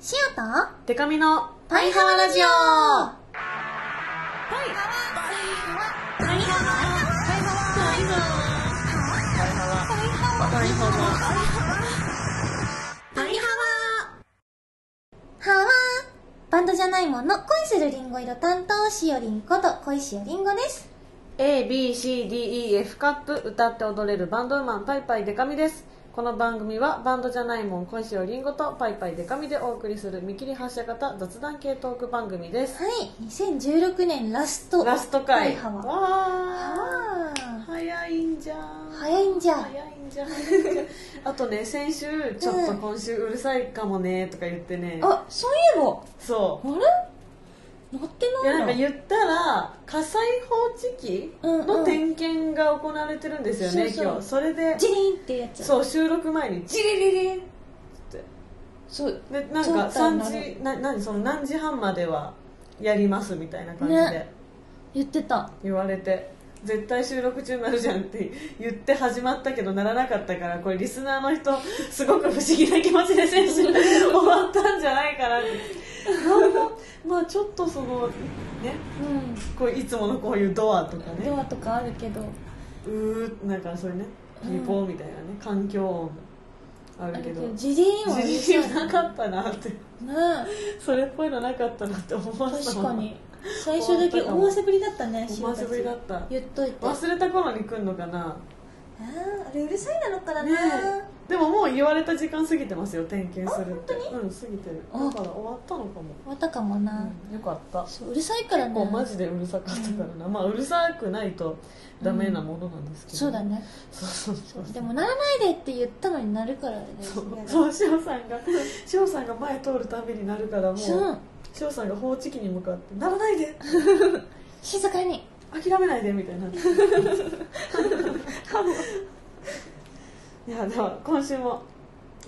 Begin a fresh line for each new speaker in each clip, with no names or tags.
シオと
デカミの
パイハワラジオ
パ
パ
イ
イハワパイハワパイハワパイハワパイハワハワバンドじゃないもの恋するりんご色担当しおりんこと恋しおりんごです
ABCDEF カップ歌って踊れるバンドウーマンパイパイデカミですこの番組はバンドじゃないもん小石をりんごとパイパイデカミでお送りする見切り発車型雑談系トーク番組です
はい2016年ラスト
ラスト
パ
回
イハワ
わ
あ
ー
ー
早いんじゃん
早いんじゃん
早いんじ ゃん早いんじゃんあとね先週ちょっと今週うるさいかもねとか言ってね
あそういえば
そう
あれ乗って
い
な
や
い
なん
な
か言ったら火災報知機
うんう
の
ん
点検が行われてるんですよ
そう
ね、
そう
今日それで
ジリーンってやつ
そう収録前にジリリリンって
そう
でなん
ちょ
か
っとあの
3時な何その何時半まではやりますみたいな感じで
ね言ってた
言われて、絶対収録中になるじゃんって言って始まったけどならなかったからこれリスナーの人すごく不思議な気持ちで 選手終わったんじゃないかなってなんか まあちょっとそのね
う
こういつものこういうドアとか
ん
ね
ドアとかあるけど
うーなんかそれねピーポーみたいなね、環境音あ
あ
る
る
け
け
ど
どジリーンは
自信なかったなって
ね
それっぽいのなかったなって思わせた
確かに最初だけ思わせぶりだったね
思わせぶりだった
言っといてあ
忘れた頃に来るのかな
ーあれうるさいなのかな、
ねえでももう言われた時間過ぎてますよ点検するって
あ
うん過ぎてる
あ
だから終わったのかも、
終わったかもな、
うん、よかった
そううるさいからね
こうマジでうるさかったからな、まあうるさくないとダメなものなんですけど、
そうだね
そうそうそう
でもならないでって言ったのになるからね
そう
ね
そうしおさんがしおさんが前通るたびになるからもう
そう
しおさんが放置機に向かって「ならないで
静かに
諦めないで」みたいな いやでは今週も、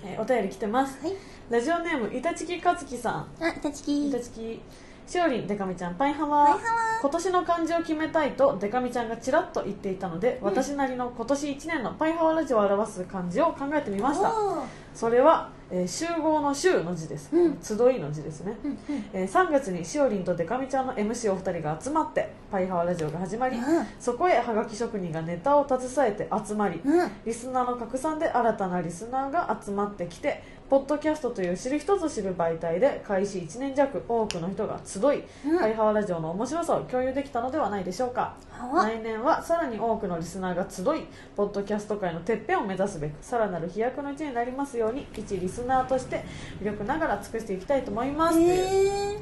えーお便り来てます
はい
ラジオネームいたちきかつきさん
あたちき
いたちきしおりんでかみちゃんパイハ
パイ
ワ
ハワ
今年の漢字を決めたいとでかみちゃんがちらっと言っていたので、私なりの今年1年のパイハワラジオを表す漢字を考えてみました
おー
それは、えー集合の集の字です、
うん
集いの字ですね、
うんうん
えー3月にしおりんとでかみちゃんの MC お二人が集まってパイハワラジオが始まり
うん
そこへはがき職人がネタを携えて集まり
うん
リスナーの拡散で新たなリスナーが集まってきてポッドキャストという知る人ぞ知る媒体で開始1年弱多くの人が集い、
うん
パイハワラジオの面白さを共有できたのではないでしょうか
はわ
来年はさらに多くのリスナーが集いポッドキャスト界のてっぺんを目指すべくさらなる飛躍の一になりますように一リスナーとして魅力ながら尽くしていきたいと思います、
えー、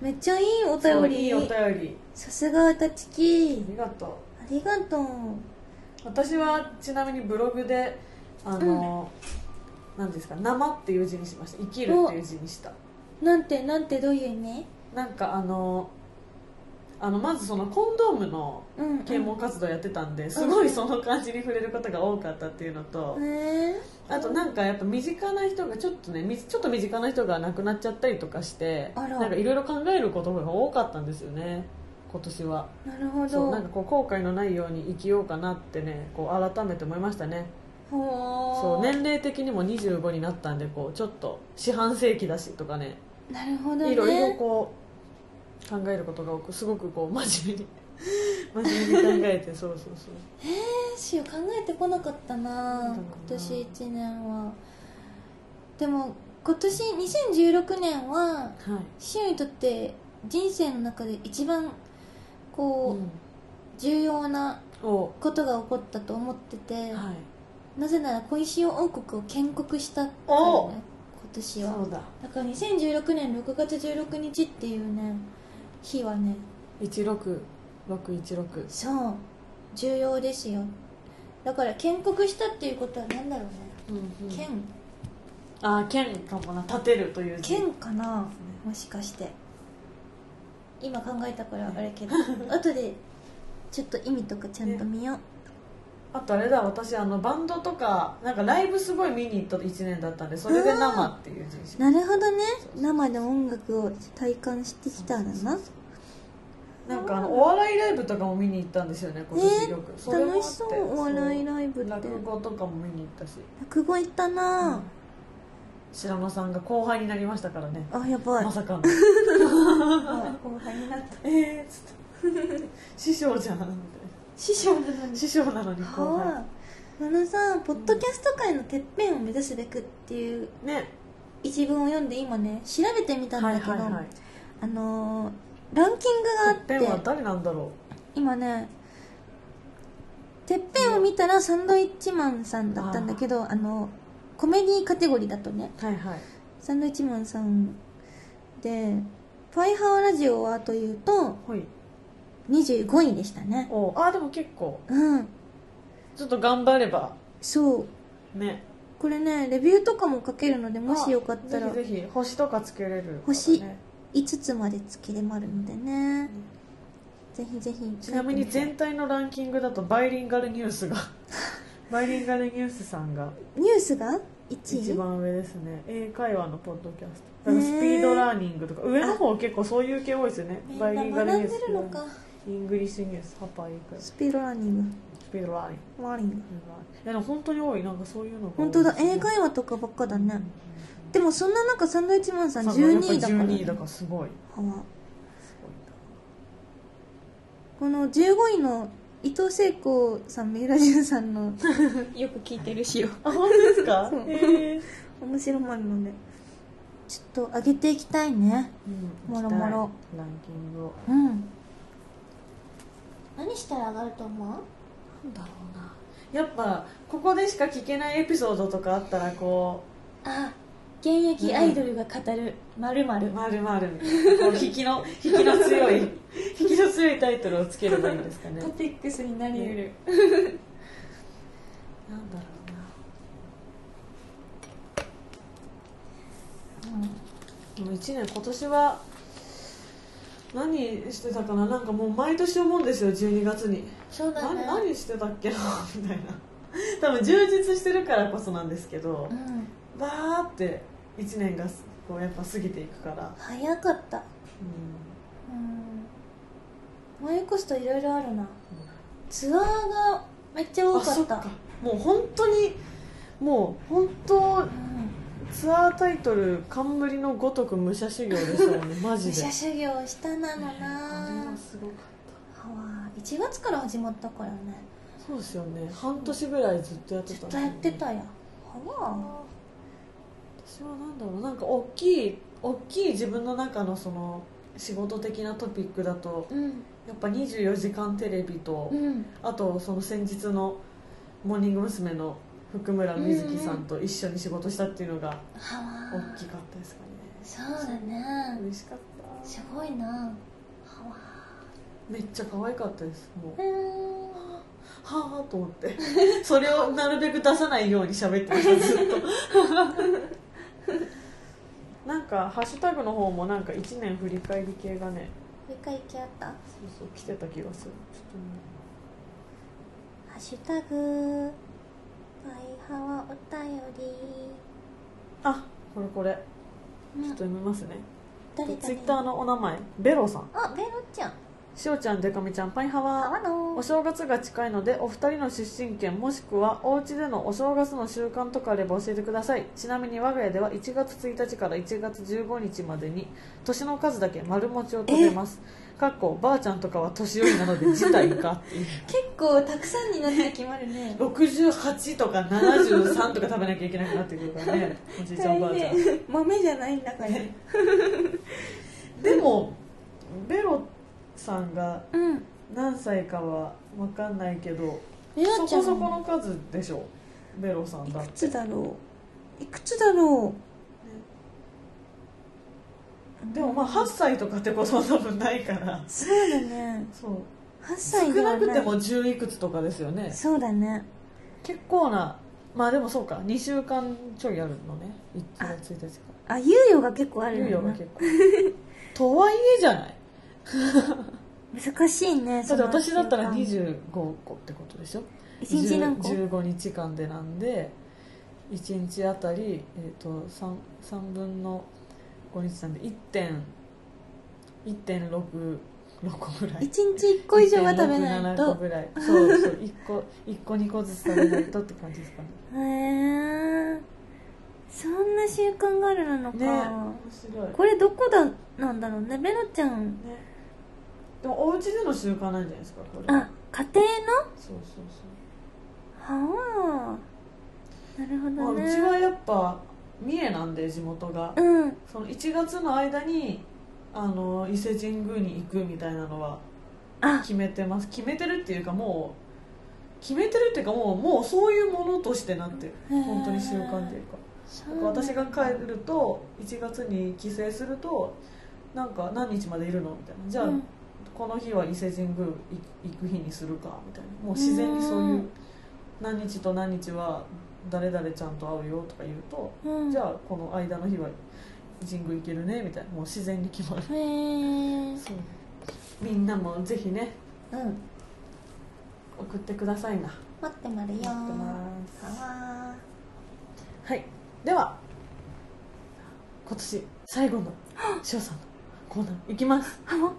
めっちゃいいお
という
便り
いいお便り
さすがたちき
ありがとう
ありがとう
私はちなみにブログであの、なんですか「生」っていう字にしました「生きる」っていう字にした
なんてなんてどういう意味
なんかあのあのまずそのコンドームの
うん
啓蒙活動やってたんですごいその感じに触れることが多かったっていうのと
ね
あとなんかやっぱ身近な人がちょっとねみちょっと身近な人が亡くなっちゃったりとかして
あら
なんかいろいろ考えることが多かったんですよね今年は
なるほ
そう
ど
なんかこう後悔のないように生きようかなってねこう改めて思いましたね
ほー
そう年齢的にも25になったんでこうちょっと四半世紀だしとかね
なるほどね
いろいろこう考えることが多くすごくこう真面目に 真面目に考えてそうそうそう
どうしよう考えてこなかったな
そうだな
今年一年はでも今年2016年は
はい、
シオにとって人生の中で一番こう、
うん
重要な
お
ことが起こったと思ってて、
はい
なぜなら小石王国を建国したからね
お
今年は
そうだ
だから2016年6月16日っていうね日はね
16616
そう重要ですよだから建国したっていうことは何だろうね
うんうん
建
あー剣かもな立てるという字
建かなもしかして今考えたからあれけど 後でちょっと意味とかちゃんと見よう、
あとあれだ私あのバンドとかなんかライブすごい見に行った1年だったんでそれで生っていう字にしま
なるほどね生で音楽を体感してきたんだな
したなんかあのお笑いライブとかも見に行ったんですよね今年よく、
え
それもあっ
楽
て
しそうお笑いライブって
落語とかも見に行ったし
落語行ったな、あ
白間さんが後輩になりましたからね
あやばい、
まさ かの
あ後輩になった
えー、ちょっと師匠じゃんみたいな
師匠なのに
師匠なのに後輩
はあ野田さんポッドキャスト界のてっぺんを目指すべくっていう
ね
一文を読んで今ね調べてみたん
は
だ
い
けど、
はいはい
あのーランキン
て
グ
っぺん
があ
は
って
誰なんだろ
今ねてっぺんを見たらサンドイッチマンさんだったんだけどあのコメディカテゴリーだとね
うはいはい
サンドイッチマンさんで「パイハワラジオ」はというと
ほい
25位でしたね
おあーでも結構
うん
ちょっと頑張れば
そう
ね
これねレビューとかも書けるのでもしよかった
あ
ら
ぜひぜひ星とかつけれるからね、
星5つまで付きでもあるのでねぜひぜひ
ちなみに
書いて
全体のランキングだとバイリンガルニュース がバイリンガルニュースさんが
みてニュースが1
一
位
番上ですね英会話のポッドキャストだからスピードラーニングとか上の方結構そういう系多いですよね
みん
バイリン
な
ガルニ
学ん
ュース
でるのか
イングリッシュニュースハパイクス
スピードラーニン
ピードラーニング
グラーニング
いやでも本当に多いなんかそういうのが多い
本当だ英会話とかばっかだねでもそんな中サンドイッチマンさん12位だから,、
12位だからすごい
はあ
す
この15位の伊藤聖子さん三浦淳さん のよく聞いてるしよ
ごいあ本当です か
そう
えー
面白いものでちょっと上げていきたいね
うん
もろもろ
ランキングを
うん何したら上がると思う
なんだろうなやっぱここでしか聞けないエピソードとかあったらこ
あ現役アイドルが語るまるま
う
る
まるまるみたいなこう引きの引きの強 い引きの強いタイトルをつければいいんですかねなんだ
ピックスにな
りうる
る
ろうなでも1年今年は何してたかななんかもう毎年思うんですよ12月に、
そうだ
何
ね
何してたっけな みたいな多分充実してるからこそなんですけど
うん
バーって1年がこうやっぱ過ぎていくから、
早かった
う、
うん前こそいろいろあるなんツアーがめっちゃ多
あ
か
そ
った
もう本当にもう本当
うん
ツアータイトル「冠のごとく武者修行」でしたもんねマジ
武
で
者修行したなの
あれ
な
はすごかった
は1月から始まったからね
そうですよね半年ぐらいずっとやって
ずった
んです
と
よ
や
ね
ってたやは
私はなんだろうなんか大きい大きい自分の中のその仕事的なトピックだと
あうん
やっぱ『24時間テレビと』
うん
あとその先日の「モーニング娘。」の福村瑞希さんと一緒に仕事したっていうのが
は
大
あ
きかったですかね
そうだね
嬉しかった
すごいなはあ
めっちゃ可愛かったですもう
うーん
はあと思ってそれをなるべく出さないように喋ってましたずっとなんかハッシュタグの方もなんか1年振り返り系がね
振り返りあったハ
そうそう来てた気がするちょっとね
ッシュタグパイハワお便り
あこれこれち
う
ょっと
ん
読みますね
誰だ
ツイッター
ね
のお名前ベロさん
あベロちゃん
しおちゃんでかみちゃんパイハワー
ハワの
お正月が近いのでお二人の出身県もしくはお家でのお正月の習慣とかあれば教えてくださいちなみに我が家では1月1日から1月15日までに年の数だけ丸餅を食べますかっこばあちゃんとかは年寄りなので辞退かっていう
結構たくさんになって決まる ね
68とか73とか食べなきゃいけなくなってくるか らねおじいちゃんおばあちゃん
豆じゃないんだから
でもベロさんが
うん
何歳かは分かんないけど
ベ
そ
ロちゃ
こ
ん
そこの数でしょベロさん
い
だっ
く
て
つだろういくつだろう
でもまあ8歳とかってことは多分ないから
そうだね
そう
8
少
歳ではな
な
い
くても10いくつとかですよね
そうだね
結構なまあでもそうか2週間ちょいあるのね1月1日か
あ猶予が結構あ
ら
る
猶予
よ
が
ね
結構 とはいえじゃない
難しいね
だって私だったら
その習慣
25個ってことでしょ
一日何個
10 15日間でなんで1日あたり、えー、と 3, 3分の5日なんで1.1.66個ぐらい
一日一個以上は食べない
1.67個
と
ぐらいそうそう1個1個2個ずつ食べないとって感じですかね
へえそんな習慣があるのか、
ね面白い
これどこだなんだろうねベロちゃん
ねでもお家での習慣なんじゃないですかこれ
あ家庭の
そうそうそ
はあなるほ
う、
ど
ま
ね
あ、うちはやっぱ三重なんで地元が、
うん
その1月の間にあの伊勢神宮に行くみたいなのは
あ
決めてます決めてるっていうかもう決めてるっていうかもうもうそういうものとしてなってる
へー
本当に習慣っていうか
そ
だ
う
から私が帰ると1月に帰省するとなんか何日までいるのみたいなじゃあ、
うん
この日は伊勢神宮い行く日にするかみたいなもう自然にそういううん何日と何日は誰々ちゃんと会うよとか言うと、
うん
じゃあこの間の日は神宮行けるねみたいなもう自然に決まる
へえ
みんなもぜひね
うん
送ってくださいな
待ってまるよ
待ってます
は
はいでは今年最後の翔さんのコーナーいきます
あ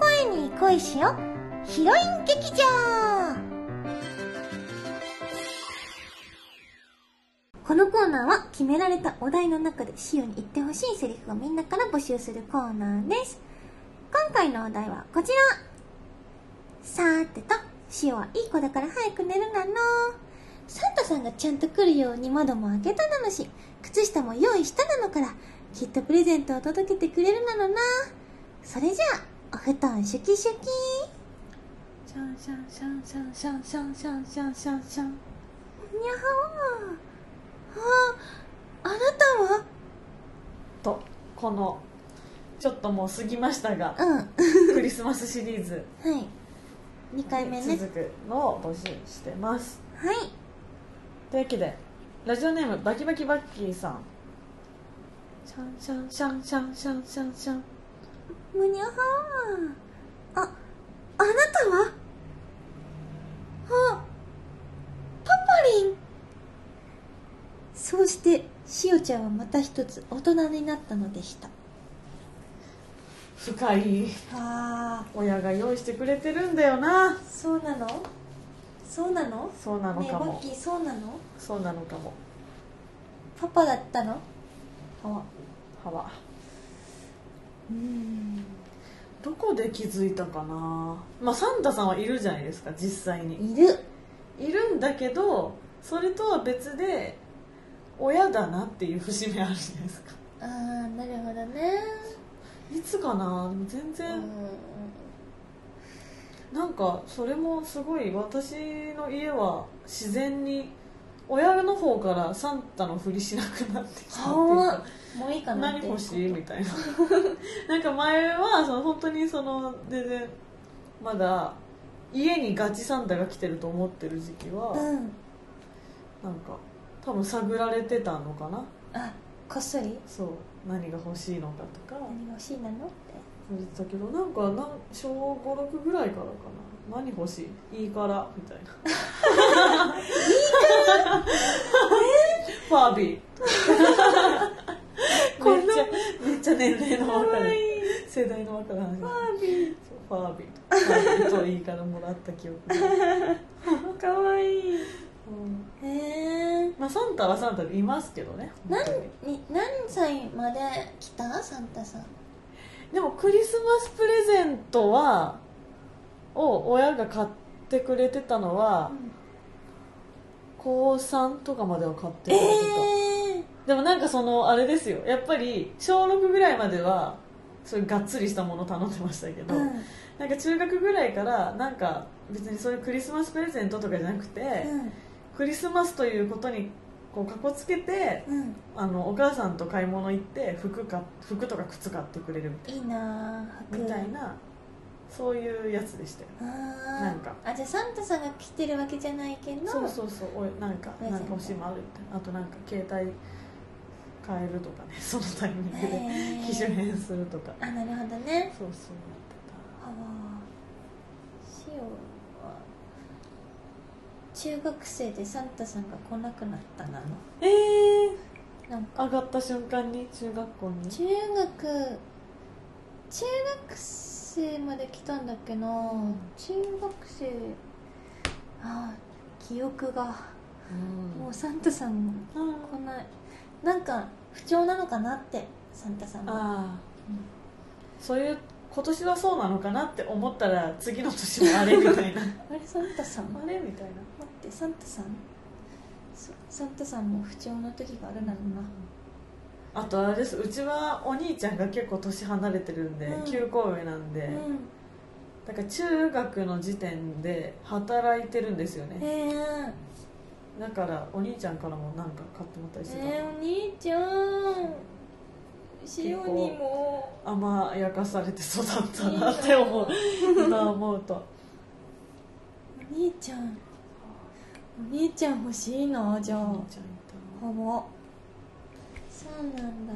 声に恋しよヒロイン劇場このコーナーは決められたお題の中でシオに言ってほしいセリフをみんなから募集するコーナーです今回のお題はこちらさーてとシオはいい子だから早く寝るなのサンタさんがちゃんと来るように窓も開けたなのし靴下も用意したなのからきっとプレゼントを届けてくれるなのなそれじゃあお布団シュキシュキ
シャンシャンシャンシャンシャンシャンシャンシャンシャンシャン
にゃはあああな
とこのちょっともう過ぎましたが
たはうん
クリスマスシリーズ
はい2回目ね
続くのを募集してます
はい
というわけでラジオネームバキバキバッキーさんシャンシャンシャンシャンシャンシャンシャン
むにゃはあああなたはあパパリンそうしてしおちゃんはまた一つ大人になったのでした
深い
ああ
親が用意してくれてるんだよな
そうなのそうなの
そうなの
ねえ
か
バ
も
ッ、キーそうなの
そうなのかも
パパだったのあ
はわ
うん
どこで気づいたかなまあサンタさんはいるじゃないですか実際に
いる
いるんだけどそれとは別で親だなっていう節目あるじゃないですか
ああなるほどね
いつかなでも全
う
然
ん
なんかそれもすごい私の家は自然に親の方からサンタのふりしなくなってきたっていう
は
か
あもういいかな
何欲しいみたいな なんか前はその本当にその全然まだ家にガチサンタが来てると思ってる時期は、
うん
なんか多分探られてたのかな
あこっそり
そう何が欲しいのかとか
何が欲しいなのって
言ってたけどなんかなん小56ぐらいからかな何欲しいいいからみたいないいからファービ ー
こ
こ
ん
ん
な
なめっちゃ年齢の分か
かわ
る
い
世代の分かる話
ービ
そうファービーとファービーといいからもらった記憶が、
ーかわいい
うん
へえ
まあサンタはサンタでいますけどね
何
本当に
に何歳まで来たサンタさん
でもクリスマスプレゼントはを親が買ってくれてたのは、
うん
高3とかまでは買って
え
くれて
え
た、でもなんかそのあれですよやっぱり小6ぐらいまではそういうがっつりしたもの頼んでましたけど、
うん
なんか中学ぐらいからなんか別にそういうクリスマスプレゼントとかじゃなくて、
うん
クリスマスということにこうかこつけて
うん
あのお母さんと買い物行って服か服とか靴買ってくれる
いいなぁ
みたいな、そういうやつでしたよ
あー
なんか
あじゃあサンタさんが来てるわけじゃないけど
そうそうそうおなんか
プレゼント
なんか欲しいもあるみたいなあとなんか携帯変えるとかね そのタイミングで
へー
機種変するとか
あなるほどね
そうそうやって
ああ塩は中学生でサンタさんが来なくなったなの
たえ
なんか
ー、上がった瞬間に中学校に
中学中学生まで来たんだっけな中学生ああ記憶がもうサンタさんも来ないなんか不調なのかなってサンタさんも
ああそういう今年はそうなのかなって思ったら次の年もあれみたいな
あれサンタさん待
あれみたいな
ってサンタさんそサンタさんも不調の時があるなの
あとあれですうちはお兄ちゃんが結構年離れてるんで、
うん
9個上なんで、
な、うん
だから中学の時点で働いてるんですよね
えー、
だからお兄ちゃんからもなんか買ってもらったりしてた、
えー、お兄ちゃん塩にも
甘やかされて育ったなって思 う今思うと
お兄ちゃんお兄ちゃん欲しいなじゃ
お
あ
兄ちゃんい
ほぼそうなんだ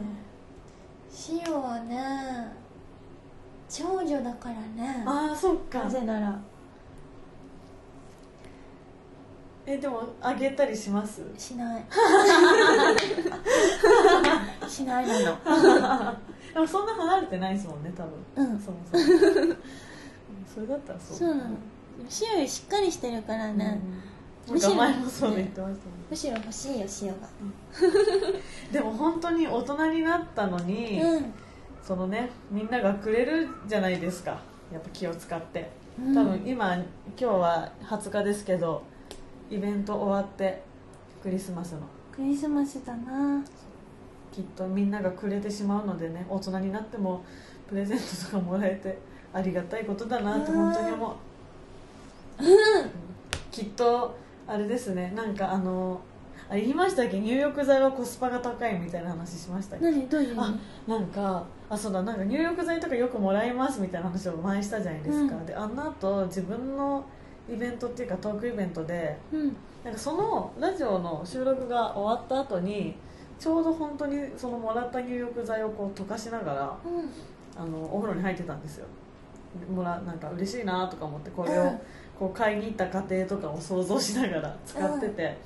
シオはね長女だからね
たなあーそっか
なぜなら
えでもあげたりします
しないしないなの
でもそんな離れてないですもんね多分
うん
そもそもうんそれだったらそう
そうなのシオよりしっかりしてるからね、
うん、なんか前もそう言ってましたもんね
むしろ欲しいよシオが
でも本当に大人になったのに、
うん
そのねみんながくれるじゃないですかやっぱ気を使って
うん
多分今、今日は20日ですけどイベント終わってクリスマスの
クリスマスだな
きっとみんながくれてしまうのでね大人になってもプレゼントとかもらえてありがたいことだなって本当に思う、きっとあれですねなんかあのあれ言いましたっけ入浴剤はコスパが高いみたいな話しましたっけ
何どういうの
あなんかあそうだなんか入浴剤とかよくもらいますみたいな話を前したじゃないですか、
うん
であの後自分のイベントっていうかトークイベントで
うん
なんかそのラジオの収録が終わった後にちょうど本当にそのもらった入浴剤をこう溶かしながら
うん
あのお風呂に入ってたんですよもらなんか嬉しいなとか思ってこれ
うん
をこう買いに行った過程とかを想像しながら使ってて、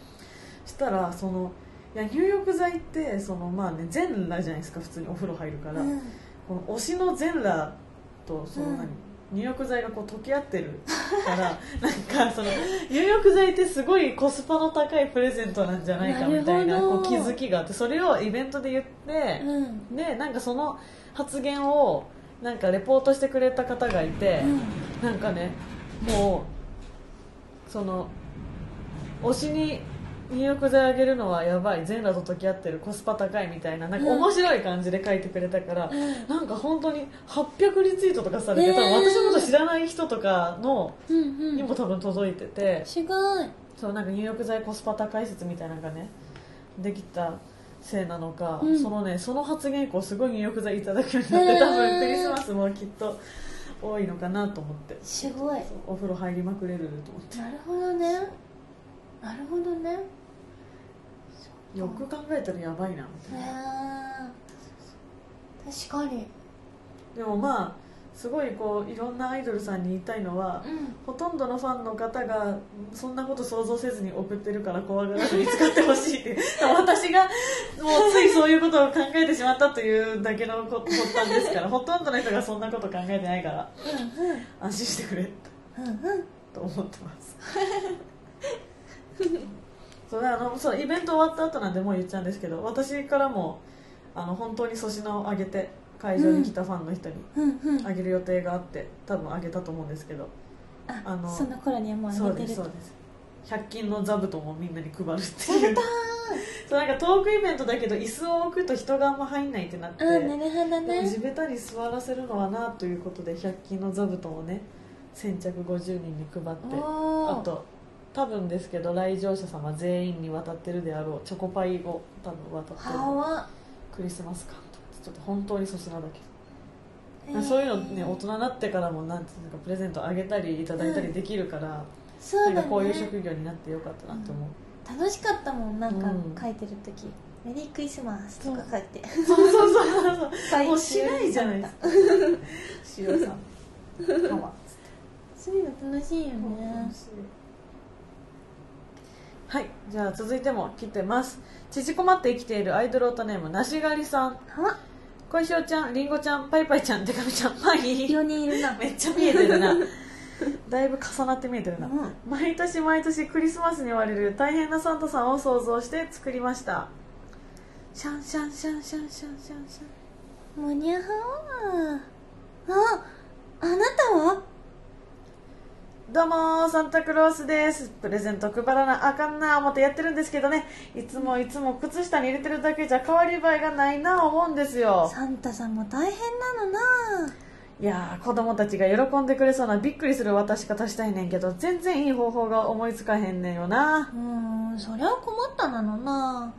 したらそのいや入浴剤ってそのまあね全裸じゃないですか普通にお風呂入るから、
うん
この推しの全裸とその
うん
何、入浴剤がこう溶け合ってるから なんかその入浴剤ってすごいコスパの高いプレゼントなんじゃないかみたいな
なるほど
こう気づきがあってそれをイベントで言って、
うん
でなんかその発言をなんかレポートしてくれた方がいて、なんかねもうその推しに入浴剤あげるのはやばい全裸と溶き合ってるコスパ高いみたいななんか面白い感じで書いてくれたから、
うん
なんか本当に800リツイートとかされて、
ねえ
多分私のこと知らない人とかの
うんうん
にも多分届いてて、
すごい
そうなんか入浴剤コスパ高い説みたいなのがねできたせいなのか、
うん
そのねその発言以降すごい入浴剤いただくようになって、
へえ
多分クリスマスもきっと多いのかなと思って
すごい
そうお風呂入りまくれると思って
なるほどねなるほどね
よく考えたらやばいなみたいな
へー確かに
でもまあすごいこういろんなアイドルさんに言いたいのは、
うん
ほとんどのファンの方がそんなこと想像せずに送ってるから怖がらずに使ってほしいって 私がもうついそういうことを考えてしまったというだけのこ発端ですからほとんどの人がそんなこと考えてないから安心してくれ
うんうんうん
と思ってますそうあのそうイベント終わった後なんでもう言っちゃうんですけど私からもあの本当に粗品をあげて会場に来たファンの人に
うんうんうん
あげる予定があって多分あげたと思うんですけど
あ
あの
その頃にはもう
そう
上げ
で
て
す
る
そう
と
です100均の座布団をみんなに配るっていうそうなんかトークイベントだけど椅子を置くと人があんま入んないってなって、
うんなるほど
でも地
ね
べたに座らせるのはなということで100均の座布団をね先着50人に配って
お
あ
ー
と多分ですけど来場者様全員に渡ってるであろうチョコパイを多分渡って
は
る
わ
クリスマス感とかちょっと本当に粗品だけどそういうのね
へー
大人になってからもなんていうのかプレゼントあげたりいただいたりできるから、
そう
な
だ
んかこういう
ね
職業になってよかったなって思う、
楽しかったもんなんか
うん
書いてる時メリークリスマスとか書い て
そうそうそうそう
書て
もうしないじゃないですか塩さんパワ
そういうの楽しいよ
ー
ね
はいじゃあ続いても来てます縮こまって生きているアイドルオタネームなしがりさん
はわ
小石おちゃんりんごちゃんパイパイちゃんてかみちゃんパイ
4人いるな
めっちゃ見えてるなだいぶ重なって見えてるな、
うん
毎年毎年クリスマスに言われる大変なサンタさんを想像して作りましたシャンシャンシャンシャンシャンシャンシャン
もにゃはーああなたは
どうもーサンタクロースですプレゼント配らなあかんな思ってやってるんですけどねいつもいつも靴下に入れてるだけじゃ変わり映えがないな思うんですよ
サンタさんも大変なのない
やー子供たちが喜んでくれそうなびっくりする渡し方したいねんけど全然いい方法が思いつかへんねんよな
うーんそれは困ったなのな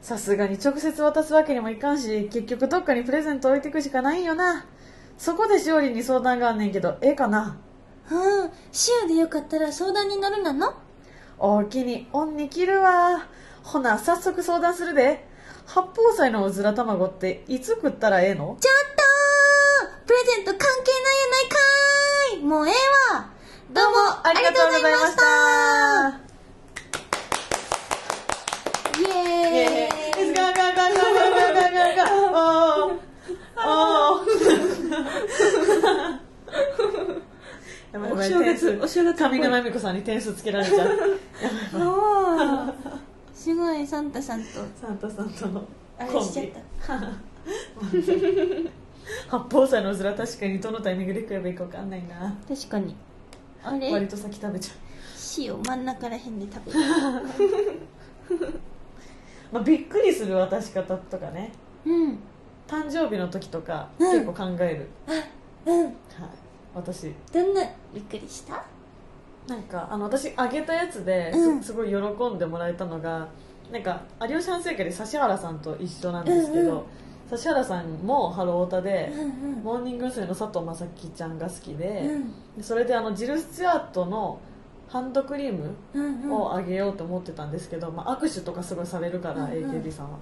さすがに直接渡すわけにもいかんし結局どっかにプレゼント置いていくしかないんよなそこでしおりに相談があんねんけどええかな
うんシオでよかったら相談になるなの
おおきにオンに切るわほな早速相談するで八宝菜のうずら卵っていつ食ったらええの
ちょっとープレゼント関係ないやないかーいもうええわどうもありがとうございました
た
イ
イエ
エ
ー
ー
イ
イ
ガンガンガンガンガンガンガンガンガンおーおー
お正月お正月っぽい
上沼恵美子さんに点数つけられちゃう
おーすごいサンタさんと
サンタさんとの
あれ
コ
し
ン
ちゃった
ビ八宝菜のうずら確かにどのタイミングで食えばいいか分かんないな
確かにあ
割
れ
と先食べちゃう
塩真ん中らへんで食べる
まあ、びっくりする渡し方とかね
うん
誕生日の時とか
うん
結構考える、
うん
はい、私
どんなびっくりした
なんかあの私あげたやつで
うん
すすごい喜んでもらえたのが、なんか有吉反省会で指原さんと一緒なんですけ
うん
ど、
うん
指原さんもハロータ
う
で、
んうん
モーニング娘。の佐藤正樹ちゃんが好き
う
で、
ん
それであのジル・スチュアートのハンドクリーム
うんうん
をあげようと思ってたんですけど、まあ、握手とかすごいされるから、
うんうん
AKB さんは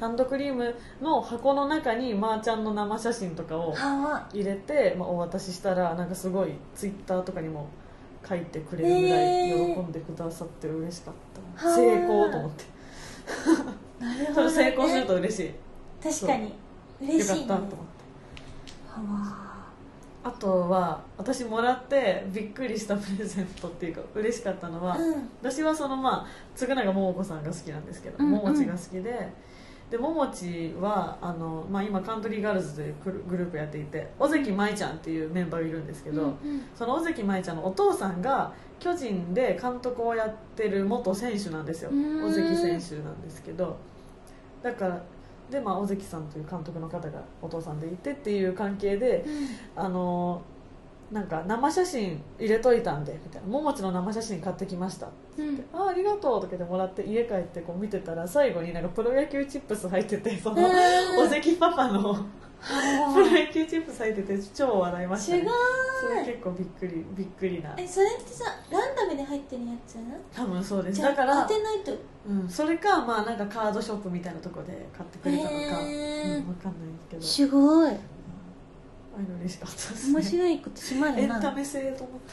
ハンドクリームの箱の中にまーちゃんの生写真とかを
は
入れて、まあ、お渡ししたらなんかすごいツイッターとかにも書いてくれるぐらい
えー
喜んでくださって嬉しかった、
はあ
成功と思って
あなるほど、
それ
ね、
成功すると嬉しい、
確かに嬉
よか
し
っ
い、
た
ね、
と思って
は
あとは私もらってびっくりしたプレゼントっていうか嬉しかったのは、
わうん
私はそのまあ嗣永桃子さんが好きなんですけど、
うんうん
ももちが好きででももちはあの、まあ、今カントリーガールズというグルグループやっていて尾関舞ちゃんっていうメンバーがいるんですけど、
うんうん
その尾関舞ちゃんのお父さんが巨人で監督をやってる元選手なんですよ
うーん
尾関選手なんですけどだからで、まあ、尾関さんという監督の方がお父さんでいてっていう関係であのなんか生写真入れといたんでみたいな「ももちの生写真買ってきました」
うん
あありがとうとか言ってもらって家帰ってこう見てたら最後になんかプロ野球チップス入っててその
うん
お関パパのプロ野球チップス入ってて超笑いまし
す
た、
ご
ね、
い
それ結構びっくりびっくりな
えそれってさランダムで入ってるやつ
多分そうです
じゃあ
だから
当、てないと
うん、それかまあなんかカードショップみたいなとこで買ってくれたのか、
へー
うん、分かんないけど
すごい
ああいうの嬉しかったですね
面白いことしまる
エン
な
タ
確
メ性と思って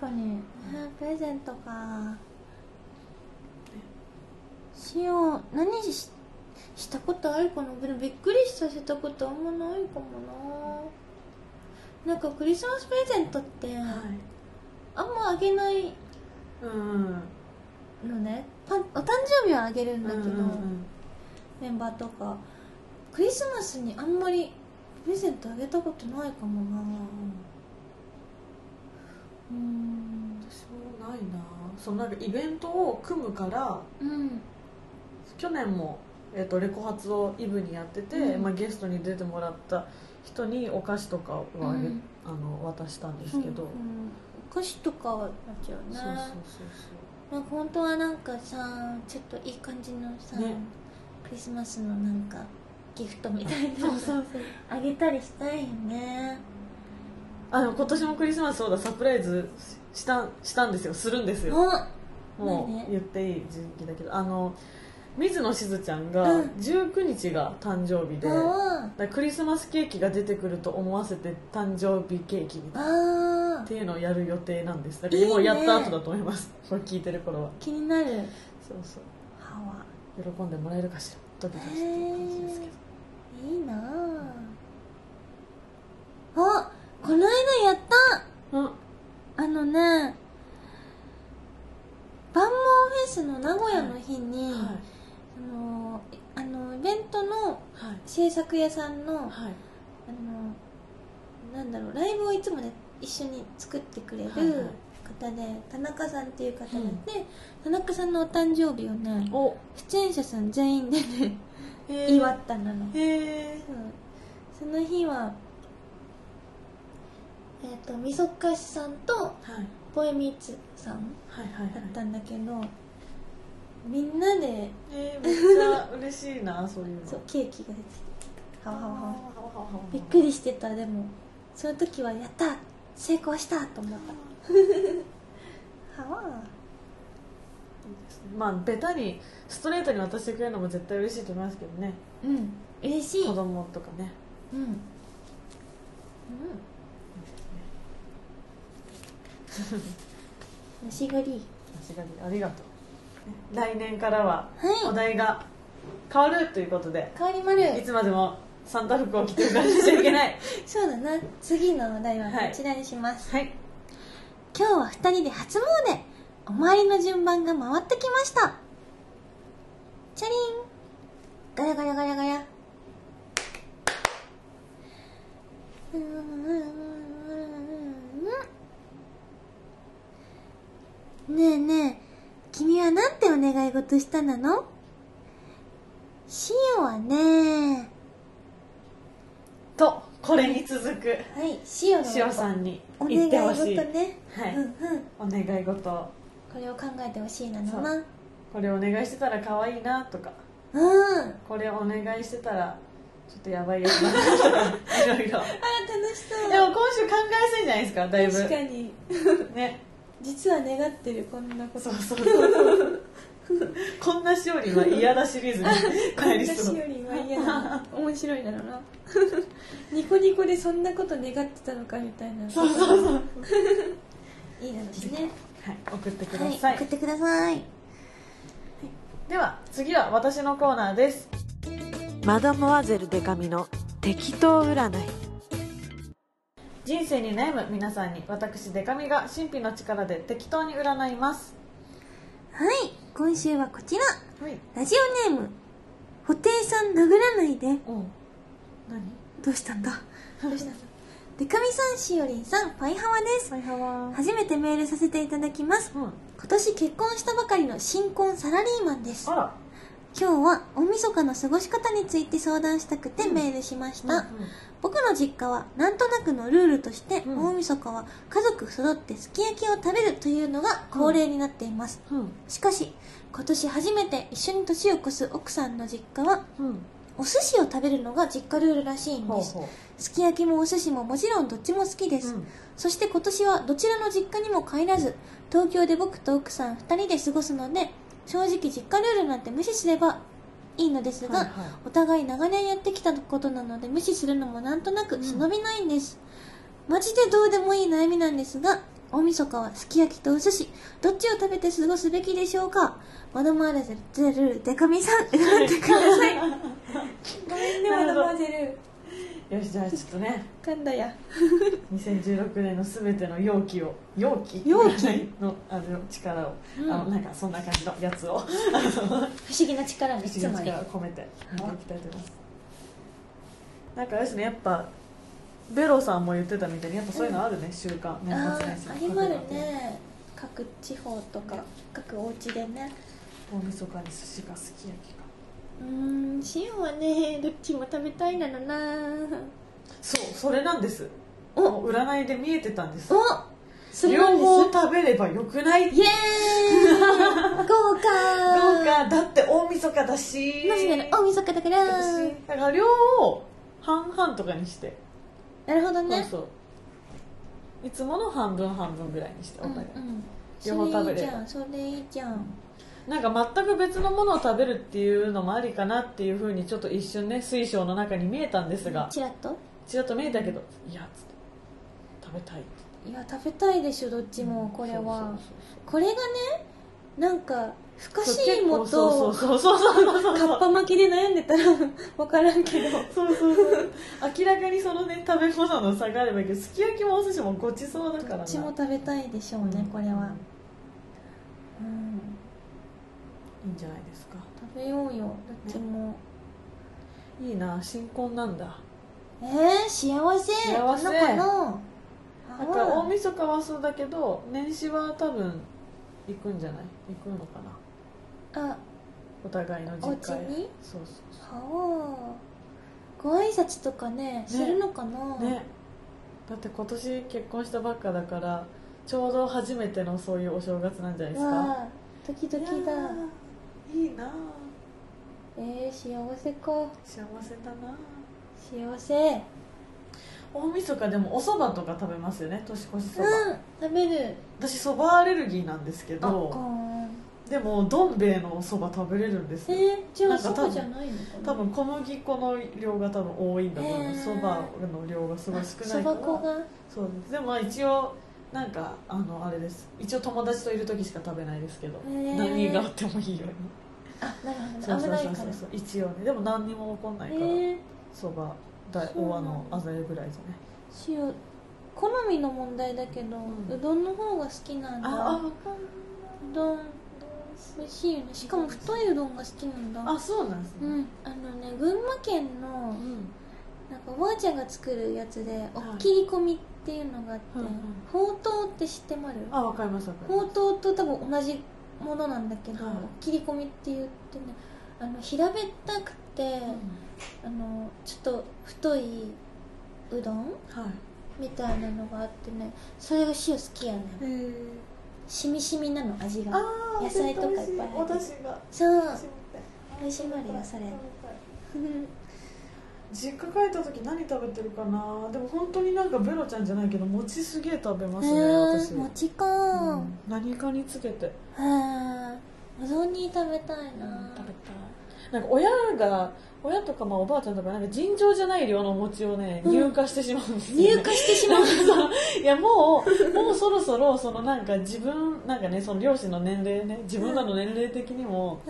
かにあプレゼントかしよう何しししたことあるかなでもびっくりさせたことあんまないかもななんかクリスマスプレゼントって
はい
あんまあげない
うん
のねパンお誕生日はあげるんだけど、
うんうん
メンバーとかクリスマスにあんまりプレゼントあげたことないかもな
うん
うん
私もないなそのなんかイベントを組むから
うん
去年も、えっとレコ発をイブにやってて、
うん
まあ、ゲストに出てもらった人にお菓子とかはあげ、
うん
あの渡したんですけど、
うんうんお菓子とかはなっちゃうね
そうそう
なんか本当はなんかさちょっといい感じのさ、
ね
クリスマスのなんかギフトみたいな
そうそうそうそうそう
あげたりしたいよね
あでも今年もクリスマスそうだサプライズししたしたんですよするんですよ
お
も
何
う言っていい時期だけどあの水野しずちゃんが
うん
19日が誕生日で、
あ
だからクリスマスケーキが出てくると思わせて誕生日ケーキみたいな
ーあ
っていうのをやる予定なんですだか
い
ら
いね
もうやった後だと思います これ聞いてる頃
ー
は
気になる
そうそう
歯は
喜んでもらえるかしらドキドキしてる感じですけど
いいなああここの間やった
うん
あのね万能フェスの名古屋の日に、
はい
あのあのイベントの
はい
制作屋さんの
はい
あのなんだろうライブをいつもね一緒に作ってくれる
はいはい
方で、田中さんっていう方で、
うん
田中さんのお誕生日をね
お
出演者さん全員でね
へー
祝ったなの、うん、
へえ
その日はえっ、とみそかしさんと
はい
ぽえみつさん
はいはい
だっ
は
た
い
んだけど、みんなで
えー、めっちゃ嬉しいなそういうの
そうケーキが出てきてはわはわはわ
はわはわ
びっくりしてたでもその時はやった成功したと思っ
あー
たはわ
まあベタにストレートに渡してくれるのも絶対嬉しいと思いますけどね
うん嬉しい
子供とかね
うんうん虫狩り
確かにありがとう来年からはお
はい
題が変わるということで
変わりまる
いつまでもサンタ服を着てるからしちゃいけない
そうだな次のお題は
はい
こちらにします、
はい
今日は2人で初詣お参りの順番が回ってきましたチャリンガヤガヤガヤガヤうーんねえねえ君はなんてお願い事したなのシオはね
とこれに続く
はいシオの
しおさんに
お願
言
い
って
事
ほしい
ね、
はい
うんうん
お願い事を
これを考えてほしいなの
そう
なう
これお願いしてたら可愛いなとか
んあ
これお願いしてたらちょっとやばいやつだな とかいろいろ
楽しそう
でも今週考えすぎじゃないですかだいぶ
確かに
ね
実は願ってるこんなこと
そうそうそう こんなしおりは嫌だシリーズに 帰りそう
よりは嫌だ面白いだろうな ニコニコでそんなこと願ってたのかみたいな
そうそうそう
いいだろうしね
はい送ってくださ、
はいい送ってください
では次は私のコーナーです
マダモアゼルデカミの適当占い
人生に悩む皆さんに私デカミが神秘の力で適当に占います
はい今週はこちら
はい
ラジオネーム布袋さん殴らないで
うん何
どうしたんだどうしたんだでかみさんしおりんさんパイハワです
パイハワ
初めてメールさせていただきます
うん
今年結婚したばかりの新婚サラリーマンです
あら
今日は大晦日の過ごし方について相談したくてメールしました、僕の実家はなんとなくのルールとして、
うん
大晦日は家族揃ってすき焼きを食べるというのが恒例になっています、
うんうん
しかし今年初めて一緒に年を越す奥さんの実家は
うん
お寿司を食べるのが実家ルールらしいん
ほう
です
ほ
すき焼きもお寿司ももちろんどっちも好きで
う
す、
うん
そして今年はどちらの実家にも帰らず東京で僕と奥さん2人で過ごすので正直実家ルールなんて無視すればいいのですが、
はいは
お互い長年やってきたことなので無視するのもなんとなく忍びないんです、マジでどうでもいい悩みなんですが大晦日はすき焼きとお寿司どっちを食べて過ごすべきでしょうかマドモアゼルデカミさん選んでくださいごめんね
なるほど
ゼル
いよしじゃあちょっとね
噛んだや
2016年のすべての容器を容器
容
器のあの力を、
うん
あのなんかそんな感じのやつ
不
を
思議な力ね
口
つ
の
まり
力を込めてやっていきたいと思います、なんかあれですねやっぱベロさんも言ってたみたいにやっぱそういうのあるね、習慣年
あ
末年始
ーありまるね各地方とか各お家でね
大晦日に寿司が好き焼きか
うーん塩はねどっちも食べたいなのな
そうそれなんです
お
占いで見えてたんです
おそれなん
両
です
方食べればよくない
イエ ーイ豪華
なんかだって大晦日だし
マジでね大晦日だから
私だから量を半々とかにして、
なるほどね
そうそういつもの半分半分ぐらいにしてお
うんう
互い、
ん
両方
そ
食
れ
べ
いい
れ
じ
ば
ゃんそれいいじゃん
なんか全く別のものを食べるっていうのもありかなっていうふうにちょっと一瞬ね水晶の中に見えたんですが
チラッと
ちらっと見えたけどいやつって食べたい
いや食べたいでしょどっちもこれは
そうそう
これがねなんかふかしい
そ
も
うそ
と
うそうそうそうそうそう
かっぱ巻きで悩んで たら分からんけど
そうそうそう明らかにそのね食べ物の差があればいいけどすき焼きもお寿司もごちそうだから
ど
な
っちも食べたいでしょうねこれはうん
いいんじゃないですか
食べようよどっちも
いいな新婚なんだ
えー、幸せなの
幸せ
かな
なんか大
あー
晦日はそうだけど年始は多分行くんじゃない行くのかな
あ
お互いの実家へ
お家に
そうそう
はおご挨拶とかねするのかな、
そうねだって今年結婚したばっかだからちょうど初めてのそういうお正月なんじゃないですか
わあドキドキ
い
だ
やーいいなあ
えー、幸せか
幸せだなあ
幸せうん
大晦日でもお蕎麦とか食べますよね年越しそば、
食べる
私そばアレルギーなんですけ
あか
どでもどん兵衛のおそば食べれるんです
え
よ
ー、じゃ
な
あ
んか
そ
多分
ばじゃないのかな
多分小麦粉の量が多分多いんだと思
へ
う
ー
そば、の量がすごい少ない
あ
か
そば粉
ら
が
そうですでもまあ一応なんかあのあれです一応友達といる時しか食べないですけど
へー
何があってもいいように
あなるほ
そ
ど
う
ね
そ
危
う
ない
そう
か
そ
ら
うそう一応ねでも何にも起こんない
え
から
ー、
そば大
そう
大
な
和
の
のあざれぐらいじゃね
塩好みの問題だけど、う
うん
どんの方が好きなんだ
ああ
うどん美味しいよねしかも太いうどんが好きなんだ
あそうなんです
う
ね、
んあのね群馬県の
うん
なんかおばあちゃんが作るやつでおっきり込みっていうのがあって、
はいはい
ほうとうって知ってまる
あわかりましたわかりま
ほ
し
うとうと多分同じものなんだけど、
はい
おっきり込みって言ってねあの平べったくて、
た
あのちょっと太いうどん
うんはい
みたいなのがあってねそれが塩好きやね
へー
しみしみなの味が
あー
野菜とかいっぱい入ってる
お出汁が
そう美
美
味しいまるよそれ
実家帰った時何食べてるかなでも本当になんかベロちゃんじゃないけど餅すげえ食べますね私
へえ餅か
う
うん
何かにつけて
んお雑煮食べたいな
食べたいなんか親が親とかまあおばあちゃんとかなんか尋常じゃない量のお餅をね
うん
入荷してしまうんですよ、ね
入荷してしまう
いやもうもうそろそろそのなんか自分なんかねその両親の年齢ね自分らの年齢的にも、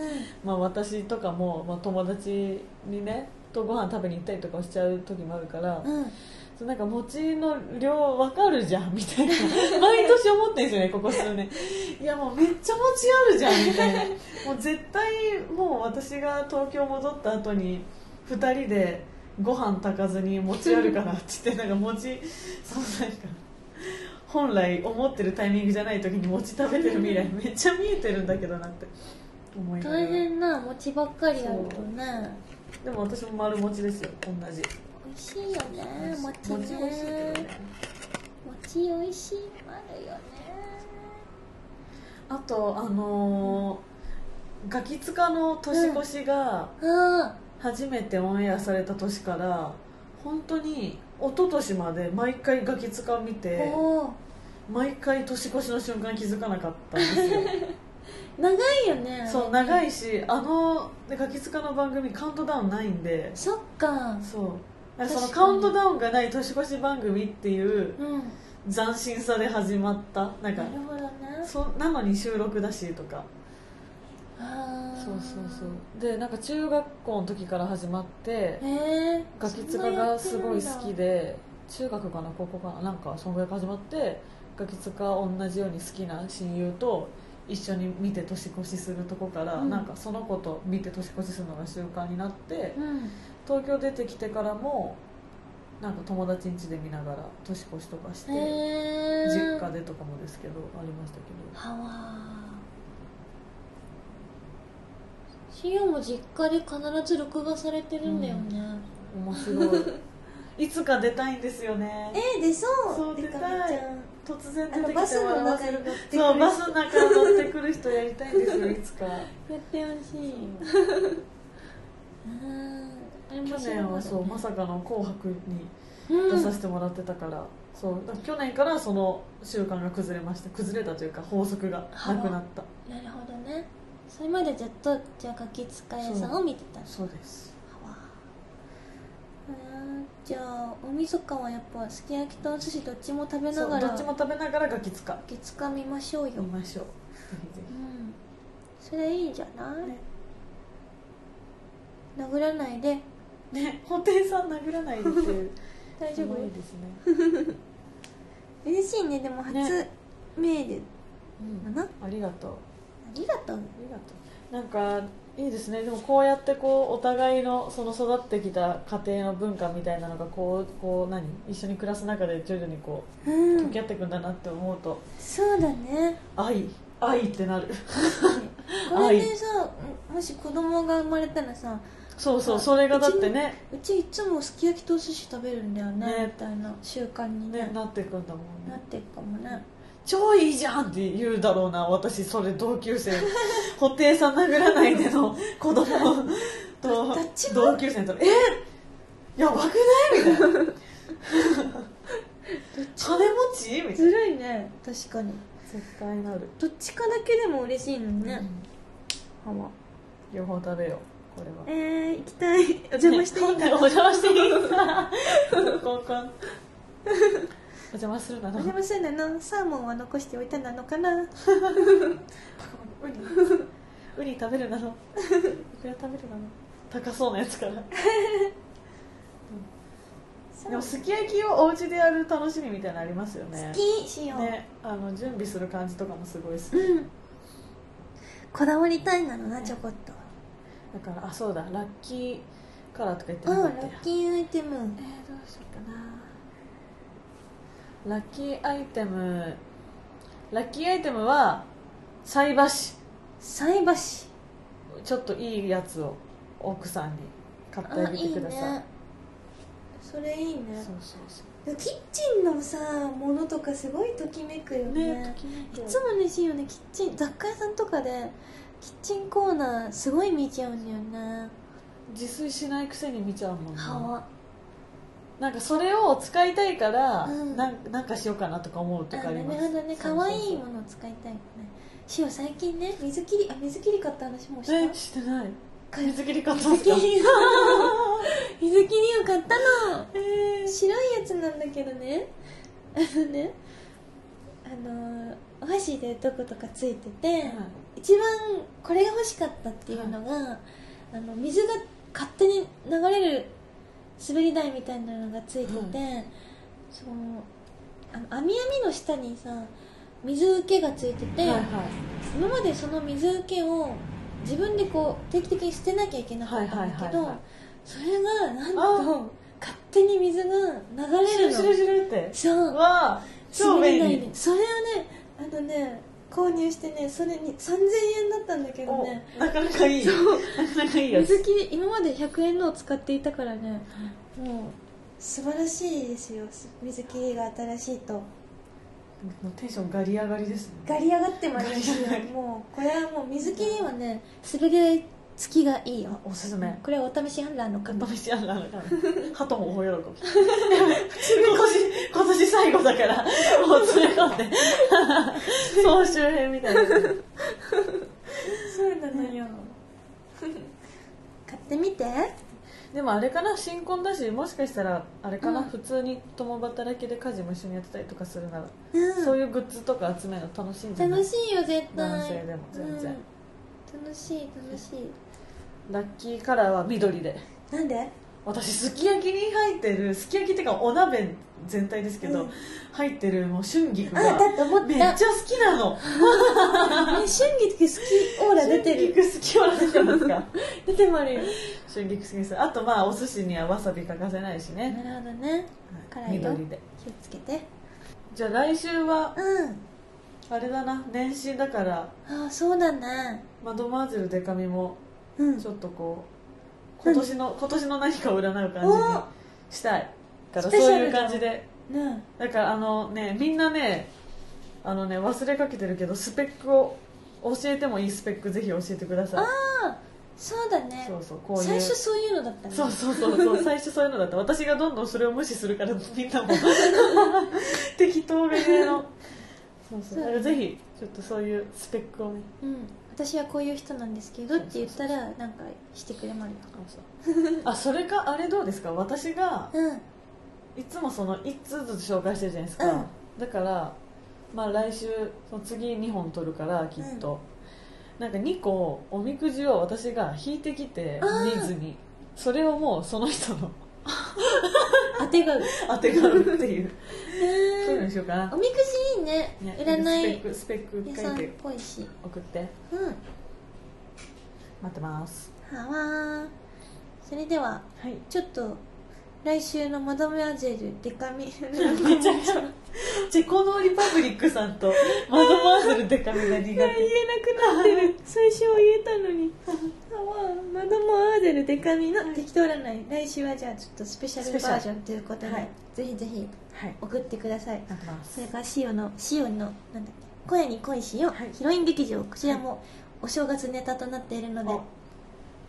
まあ、私とかも、まあ、友達にねとご飯食べに行ったりとかしちゃう時もあるから、
うんうん
そうなんか餅の量わかるじゃんみたいな 毎年思ってんですよねここ数 年いやもうめっちゃ餅あるじゃんみたい なもう絶対もう私が東京戻った後に2人でご飯炊かずに餅あるからって言ってなんか餅そのなんか本来思ってるタイミングじゃない時に餅食べてる未来めっちゃ見えてるんだけどなって思いながら
大変な餅ばっかりあるとね
でも私も丸餅ですよ同じ
美味しいよね餅
餅美味しいけど
ね
ね
餅美味しいまるよね
あとあのーガキツカの年越しが
あ
初めてオンエアされた年から本当に一昨年まで毎回ガキツカ見
あ
て
おー
毎回年越しの瞬間気づかなかったんです よ
長いよね
そう長
い
いしあのガキツカの番組カウントダウンないんで
そっか
そうそ
確
の
かに
カウントダウンがない年越し番組っていう
うん
斬新さで始まったなんか
なるほどね
そなのに収録だしとか
あー
そうそうそうでなんか中学校の時から始まって
へえ
ガキツカがすごい好きで中学かな高校かななんかそのぐらいから始まってガキツカ同じように好きな親友と一緒に見て年越しするとこから、
うん
なんかその子と見て年越しするのが習慣になって
うん
東京出てきてからもなんか友達ん家で見ながら年越しとかして、
へえ
実家でとかもですけどありましたけど
はわシオも実家で必ず録画されてるんだよね、
面白いいつか出たいんですよね
え出そう
そう
て
出
か
た
み
い
ーん
突然
あの
出てきて
バスの
笑わ
中
せ
に
る
乗ってくる
そうバスの中を乗ってくる人やりたいんです よいつか
やってほしいうん
去年はそうまさかの「紅白」に
うん
出させてもらってたから、そうだから去年からその習慣が崩れました崩れたというか法則がなくなった
なるほどねそれまでずっとじゃあガキ使いさんを見てた
そうです
わうんじゃあおみそかはやっぱすき焼きとお寿司どっちも食べな
そう
が
ど
ら
っちも食べながらガキ使
月火見ましょうよ、
見ましょうぜひぜ
うんそれいいんじゃない、
ね
殴らないで
ね布袋さん殴らないでっていう
大
す
丈
ご
夫
いですね、
嬉しいねでも初
ね
メール
う
だ
ん、
な、
ありがとう
ありがとう
ありがとうなんかいいですねでもこうやってこうお互いのその育ってきた家庭の文化みたいなのがこうこう何一緒に暮らす中で徐々にこ
う
う溶
ん
け合っていくんだなって思うと
そうだ ね
愛愛ってなる
これでさもし子供が生まれたらさ
そうそうそれがだってね
うちいつもすき焼きとお寿司食べるんだよね
ね
みたいな習慣にね
ねなっていくんだもん
なっ
ね
ていくかもね
超いいじゃんって言うだろうな私それ同級生 布袋さん殴らないで の子供と
どっちも
同級生とえやばくないみたいな金持ちみたいな
ずるいね確かに
絶対なる、
どっちかだけでも嬉しいのにね、ハワ
両方食べようこれは
えー、行きたいお邪魔していいか
ね
な
お邪魔していいですか交換お邪魔するな
お
な
邪魔するんだなサーモンは残しておいたなのかな
ウニウニ食べるなのいくら食べるなの高そうなやつからでもすき焼きをお家でやる楽しみみたいなのありますよね
好きしよう、
ねあの準備する感じとかもすごい好き
うんこだわりたいなのなちょこっと
だからあそうだラッキーカラーとか言って
う
なんか
ラ
ったや
ッキーアイテム
えー、どうしようかなラッキーアイテムラッキーアイテムは菜箸
菜箸
ちょっといいやつを奥さんに買ってあ
あ
げ
い
て
い
ください
ねそれいいね
そうそうそ
キッチンのさものとかすごいときめくよ
う
ね
ねときめく
いつも嬉しいよねキッチン雑貨屋さんとかでキッチンコーナーすごい見ちゃうんだよね
自炊しないくせに見ちゃうもんね
歯は
なんかそれを使いたいから、
うん
なんなんかしようかなとか思う
あ
とか
な
あ
る
り
ほ
ます
どね
そうそうそう
可愛いものを使いたいよねしお最近ね水切りあ水切り買った話もした
えしてない
買い
水切り買ったんで
水
す
切
か
りを 水切りを買ったの
えー
白いやつなんだけどねあのねあのーお箸でどことかついてて、一番これが欲しかったっていうのが、あの水が勝手に流れる滑り台みたいなのがついてて、
うん
そのあの網網の下にさ水受けがついてて、
はいはい
今までその水受けを自分でこう定期的に捨てなきゃいけなか
は
っ
いは
た
い
んだけど、
はいはい
それがなん
あ
と勝手に水が流
シ
れる
ュル
の
シュルシュルって
そう
わあ超便
滑り台
利
でそれをねあのね購入してねそれに3000円だったんだけど
お
ね
なかなかいいなかなかいいやつ
水切り今まで100円のを使っていたからねもう素晴らしいですよ水切りが新しいと
テンションガリ上がりですね
ガリ上がってまいりました
ガ
よ
リ上が
もうこれはもう水切りはね滑り台付きがいいよ
おすすめ
これはお試しハンラーの方
試しやらな鳩も大喜び今年今年最後だからもう詰め込んで総集編みたいな
そうなのよ 買ってみて
でもあれかな新婚だしもしかしたらあれかな、
うん
普通に共働きで家事も一緒にやってたりとかするなら、
うん
そういうグッズとか集めるの楽しいんじゃない
楽しいよ絶対
男性でも全
う
然
ん楽しい楽しい
ラッキーカラーは緑で
なんで
私すき焼きに入ってるすき焼きっていうかお鍋全体ですけど、
うん
入ってるもう春菊
あだ
が
って思った
めっちゃ好きなの
ね春菊って好きオーラ出てる
春菊好きは 出てますか
出てもあるよ
春菊好きですあとまあお寿司にはわさび欠かせないしね、
なるほどね辛いよ
緑で
気をつけて
じゃあ来週は
うん
あれだな年始だから
ああそうだね
マドマーゼルデカミも
うん
ちょっとこう今年の今年の何かを占う感じに
お
したいから
ス
そ
ペ
う
シャルだ
いう感じで
ね
だからあのねみんなねあのね忘れかけてるけどスペックを教えてもいいスペックぜひ教えてください
そうだね
そうそうこういう
最初そういうのだったね
そうそうそう そう最初そういうのだった私がどんどんそれを無視するからみんなも適当めげのそうそうだからぜひちょっとそういうスペックをね
うん私はこういう人なんですけどって言ったらなんかしてくれまるよ
あそうあそれかあれどうですか私が
うん
いつもその1通ずつ紹介してるじゃないですか、
うん
だからまあ来週その次2本取るからきっと、なんか2個おみくじを私が引いてきて
あー
見ずにそれをもうその人の
当てがう
当てがうっていう そういう
う
の
ん
にしようかな
お、みくじいいね
ね
占い
スペックスペッ
屋
ク
さ
書
ん
い
ってぽいし
送って
うん
待ってます
はわーそれでは
はい
ちょっと来週のマダムアゼルデカミ
め ちゃくちゃチェコのリパブリックさん とマドマーゼルデカミが苦手
えなくなってる最初は言えたのにはマダムアゼルデカミの適当占い来週はじゃあちょっとスペシャルバージョンということで、
はい
ぜひぜひ
はい
送ってください
待ってます
それからシオンのシオンのなんだっけ声に恋しよう、
はい
ヒロイン劇場こちらもお正月ネタとなっているので、
お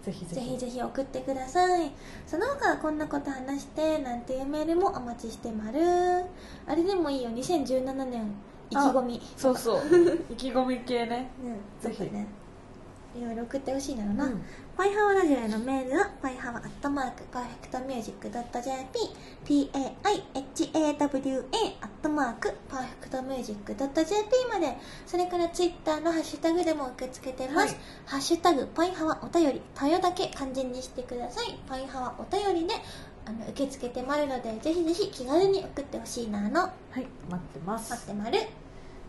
ぜひぜ
ぜ
ひ
ひぜひ送ってくださいその他はこんなこと話してなんていうメールもお待ちしてまるあれでもいいよ2017年意気込み
そうそう 意気込み系ね
うん
ぜひ
ちょっとねいろいろ送ってほしいなのな、
うん
パイハワラジオへのメールはパイハワアットマークパーフェクトミュージックドット JP PAIHAWA アットマークパーフェクトミュージックドット JP までそれからツイッターのハッシュタグでも受け付けてます、
はい
ハッシュタグパイハワお便りたよだけ肝心にしてくださいパイハワお便りであの受け付けてまるのでぜひぜひ気軽に送ってほしいなの
はい待ってます
待ってまる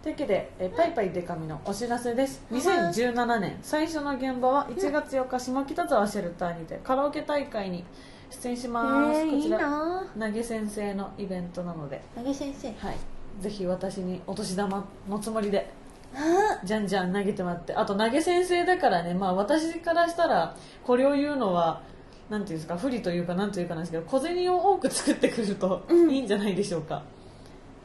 というわけで、えーパイパイデカミのお知らせです
はい
2017年最初の現場は1月4日下北沢シェルターにてカラオケ大会に出演します、
えー
こ
いい
ちら
な
投げ先生のイベントなので、
投げ先生
はい、ぜひ私にお年玉のつもりで
あ
じゃんじゃん投げてもらってあと投げ先生だからね、まあ、私からしたらこれを言うのはなんていうんですか不利というかなんというかなんですけど小銭を多く作ってくると
うん
いいんじゃないでしょうか、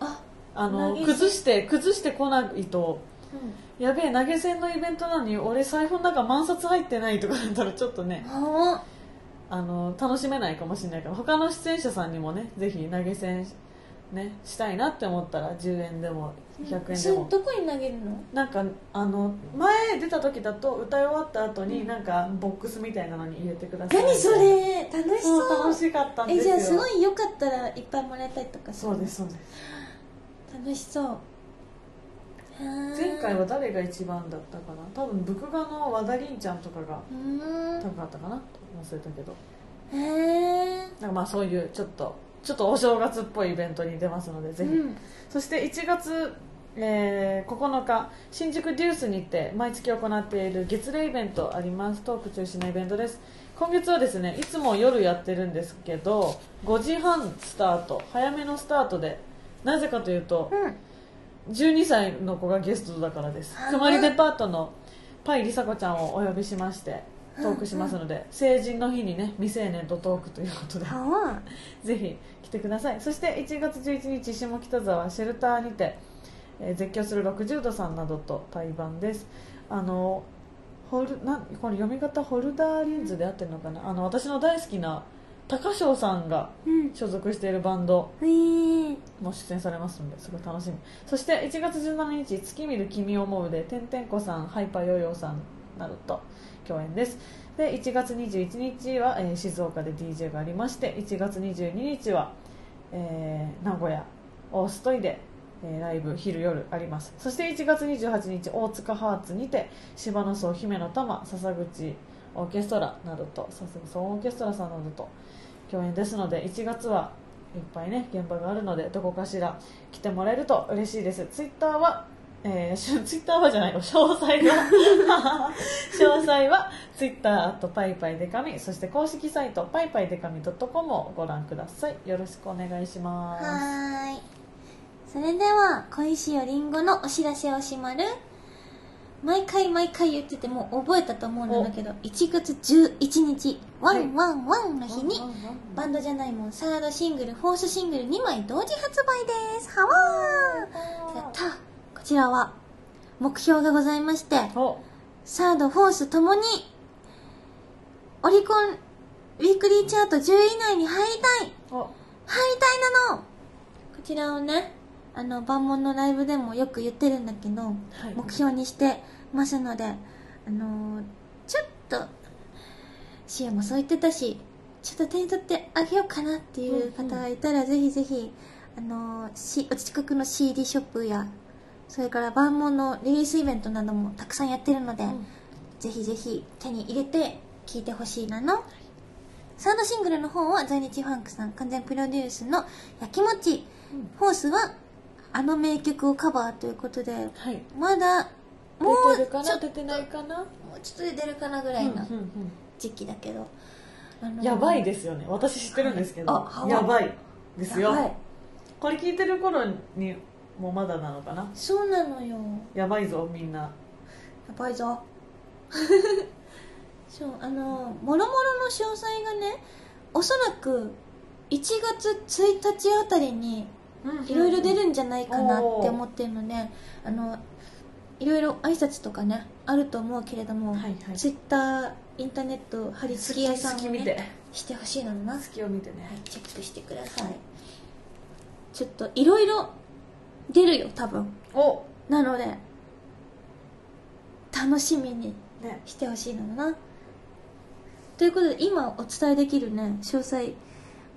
あ
あ
投
の
げ銭
崩して崩してこないと
うん
やべえ投げ銭のイベントなのに俺財布の中満札入ってないとかだったらちょっとね
あ
あの楽しめないかもしれないから他の出演者さんにもねぜひ投げ銭ねしたいなって思ったら10円でも100円でも
どこに投げるの
なんかあの前出た時だと歌い終わった後に、
うん
なんかボックスみたいなのに入れてください
何それ楽し
そう
そう
楽しかったんで
え
す
じ
よ
ゃあすごいよかったらいっぱいもらえたりとかる
そうですそうです
楽しそうはー
前回は誰が一番だったかな多分僕画の和田凛ちゃんとかが
うーん
高かったかな忘れたけど
へえ
なんかまあそういうちょっとちょっとお正月っぽいイベントに出ますのでぜひ、
うん
そして1月、えー9日新宿デュースにて毎月行っている月例イベントありますトーク中止のイベントです今月はですねいつも夜やってるんですけど5時半スタート早めのスタートでなぜかというと
うん
12歳の子がゲストだからです
あー
くまりデパートのパイ梨紗子ちゃんをお呼びしましてトークしますので成人の日にね未成年とトークということで
は
ぜひ来てくださいそして1月11日下北沢シェルターにて、えー絶叫する60度さんなどと対バンですあのホルなんこれ読み方ホルダーリンズで合ってるのかなあの私の大好きな高翔さんが
うん
所属しているバンド
えー
も出演されますのですごい楽しみそして1月17日「月見る君を思う」でてんてんこさんハイパーヨーヨーさんなどと共演ですで1月21日は、えー静岡で DJ がありまして1月22日は、えー名古屋オーストイで、えーライブ昼夜ありますそして1月28日大塚ハーツにて芝の荘姫の玉笹口オーケストラなどと笹口荘オーケストラさんなどと共演ですので1月はいっぱいね現場があるのでどこかしら来てもらえると嬉しいですツイッターはえー、 しゅツイッターはじゃないよ詳細は 詳細はツイッターとパイパイデカミそして公式サイトパイパイデカミ .com をご覧くださいよろしくお願いします
はーいそれでは小石よりんごのお知らせをしまる毎回毎回言っててもう覚えたと思うんだけど1月11日ワンワンワンの日にバンドじゃないもんサードシングルフォースシングル2枚同時発売ですハワーやったこちらは目標がございまして
お
サードフォースともにオリコンウィークリーチャート10位以内に入りたい
お
入りたいなのこちらをねあの万門のライブでもよく言ってるんだけど、
い
目標にしてますのであのーちょっとシエもそう言ってたしちょっと手に取ってあげようかなっていう方がいたら、ぜひぜひあのー、C- お近くの CD ショップやそれから万門のリリースイベントなどもたくさんやってるので、
ん
ぜひぜひ手に入れて聴いてほしいなのサードシングルの方は在日ファンクさん完全プロデュースの「やきもち」
うん
フォースはあの名曲をカバーということで
はい
まだもうちょ
出てるかな
っと
出てないかな
もうちょっとで出るかなぐらいな時期だけど、あのー
やばいですよね私知ってるんですけど、
はいあハワイ
やばいです
や
よ
ばい
これ聞いてる頃にもまだなのかな
そうなのよ
やばいぞみんな
やばいぞ そうあのもろもろの詳細がねおそらく1月1日あたりにいろいろ出るんじゃないかなって思ってるので、あのいろいろ挨拶とかねあると思うけれども、
はいはい
ツイッターインターネット貼り付け屋さん
好き
を、
見
ね、
て
してほしいのにな、はい、
好きを見てね
チェックしてくださいちょっといろいろ出るよ多分
お
なので楽しみに
ね
してほしいのだなということで今お伝えできるね詳細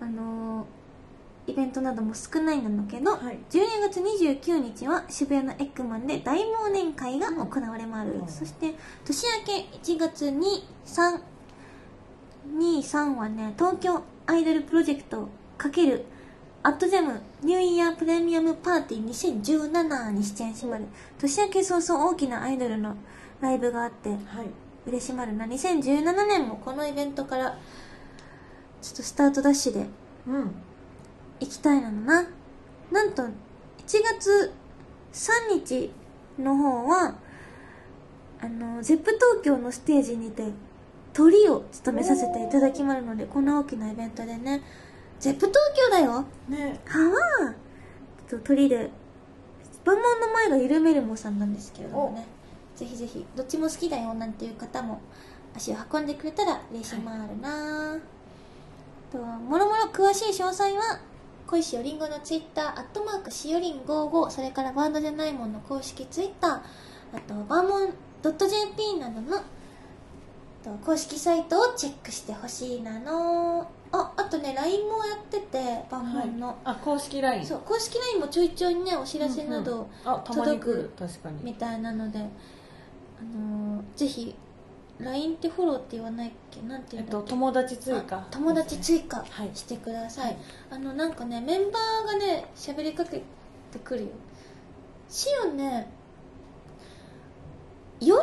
あのーイベントなども少ないんだけど、
はい
12月29日は渋谷のエッグマンで大忘年会が行われまる、
うん
そして年明け1月2323はね東京アイドルプロジェクト×アットジャムニューイヤープレミアムパーティー2017に出演しまる年明け早々大きなアイドルのライブがあって
はい
嬉しまるな2017年もこのイベントからちょっとスタートダッシュで
うん
行きたいなのななんと1月3日の方はあの ZEP 東京のステージにてトリを務めさせていただきまるのでこの大きなイベントでね ZEP 東京だよ
ね
はわーちょっと鳥で万門の前がゆるめるもさんなんですけれどもねぜひぜひどっちも好きだよなんていう方も足を運んでくれたら嬉しまーるなー、あとはもろもろ詳しい詳細は恋しおりんごのツイッターアットマークしおりん55それからバンドじゃないもんの公式ツイッターあとバーモン .jp などのと公式サイトをチェックしてほしいなのああとね LINE もやっててバーモンの、
あ公式 LINE
そう公式 LINE もちょいちょいねお知らせな
うんう
ど
んあたまに来る確か
み
に
たいなので、あのーぜひ LINE ってフォローって言わないっけなんて
え
言
っ
うんだ
と
っけ、
友達追加
あ友達追加
はい
してください、あのなんかねメンバーがね喋りかけてくるよシオンね夜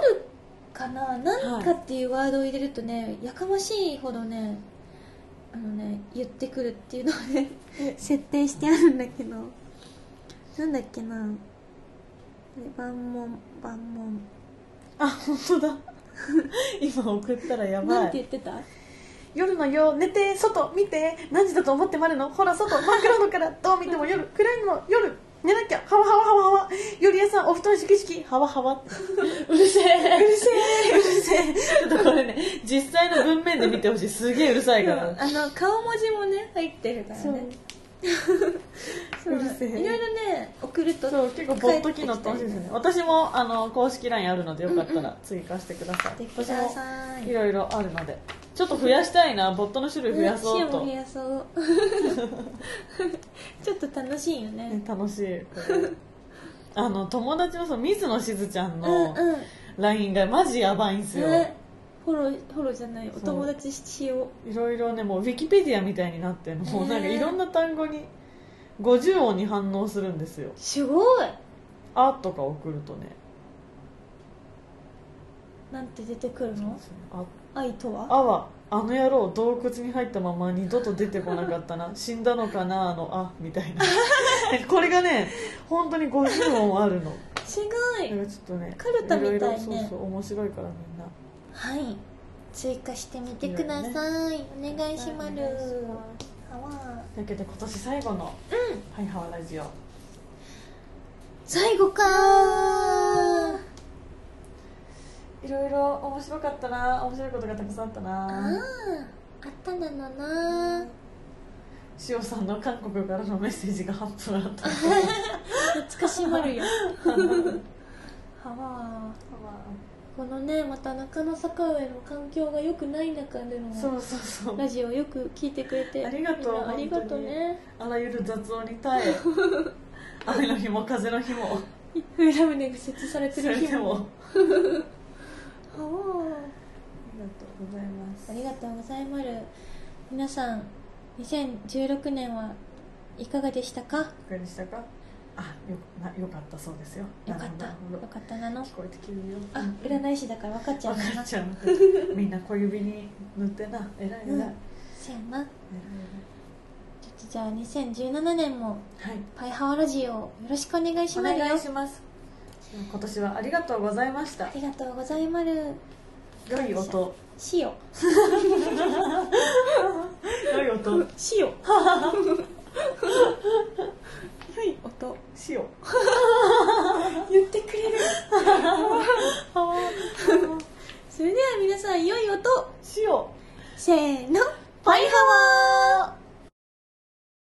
かななんかっていうワードを入れるとね、やかましいほどねあのね言ってくるっていうのをね設定してあるんだけどなんだっけな万問万問
あ本当だ 今送ったらやばい
なんて言ってた
夜のよ寝て外見て何時だと思ってまるのほら外真っ暗のからどう見ても 夜暗いの夜寝なきゃハワハワハワハワ夜屋さんお布団敷き敷きハワハワ うるせえうるせえうるせえちょっとこれね実際の文面で見てほしいすげえうるさいから、
あの顔文字もね入ってるから
そう
ね
うるせえ
いろいろね送ると
そう結構ぼっときの楽しいですね私もあの公式 LINE あるのでよかったら追加してください、
でく
私
だ
も
さい
いろいろあるのでちょっと増やしたいなボットの種類増やそ
塩
うと、
も増やそう ちょっと楽しいよね
ね楽しいこ れあの友達のその水野しずちゃん
うんう
の
ん
LINE がマジやばいんすよ、
ねフォローフォローじゃないお友達しよ
いろいろねもうウィキペディアみたいになってんのもう
ね
なんかいろんな単語に50音に反応するんですよ
うすごい
「あ」とか送るとね
なんて出てくるの
「あ」
愛とは
あはあの野郎洞窟に入ったまま二度と出てこなかった な死んだのかなあの「あ」みたいな これがね本当に50音あ るの
すごい
なんかちょっとね
カルタみたいね
ろろそうそう面白いからみんな
はい追加してみてください、お願いしまるあ
お願いします
わ
というわけで今年最後の「ハイハワラジオ」
最後かー
いろいろ面白かったな面白いことがたくさんあった
あ
な
ああったなのな
塩さんの韓国からのメッセージが8分あ った
懐かしま るよはわこのねまた中野坂上の環境が良くない中で
そ
の
うそうそう
ラジオよく聞いてくれて
ありがとう
みんなありがとうね
あらゆる雑音に耐 え雨の日も風の日も
フラムネが設置されて
そ
る
れ
日
で
も
も
おお
りがとうございます
ありがとうございます皆さん2016年はいかがでしたか
いかがでしたかあよなよかったそうですよ
よかった
なるほど
よかったなの
聞こえてきるよ
あ占い師だから分かっちゃう
分か
な
っ ちゃうみんな小指に塗ってな偉い偉い、
うん
偉い偉い
せやなちょっとじゃあ2017年も
はい
パイハワラジオをよろしくお願いし
お
ます
願いします今年はありがとうございました
ありがとうございます
良い音
しよ
良い音
しよはい音
しよ
言ってくれる それでは皆さん良い音
うしよう
せーのパイハワー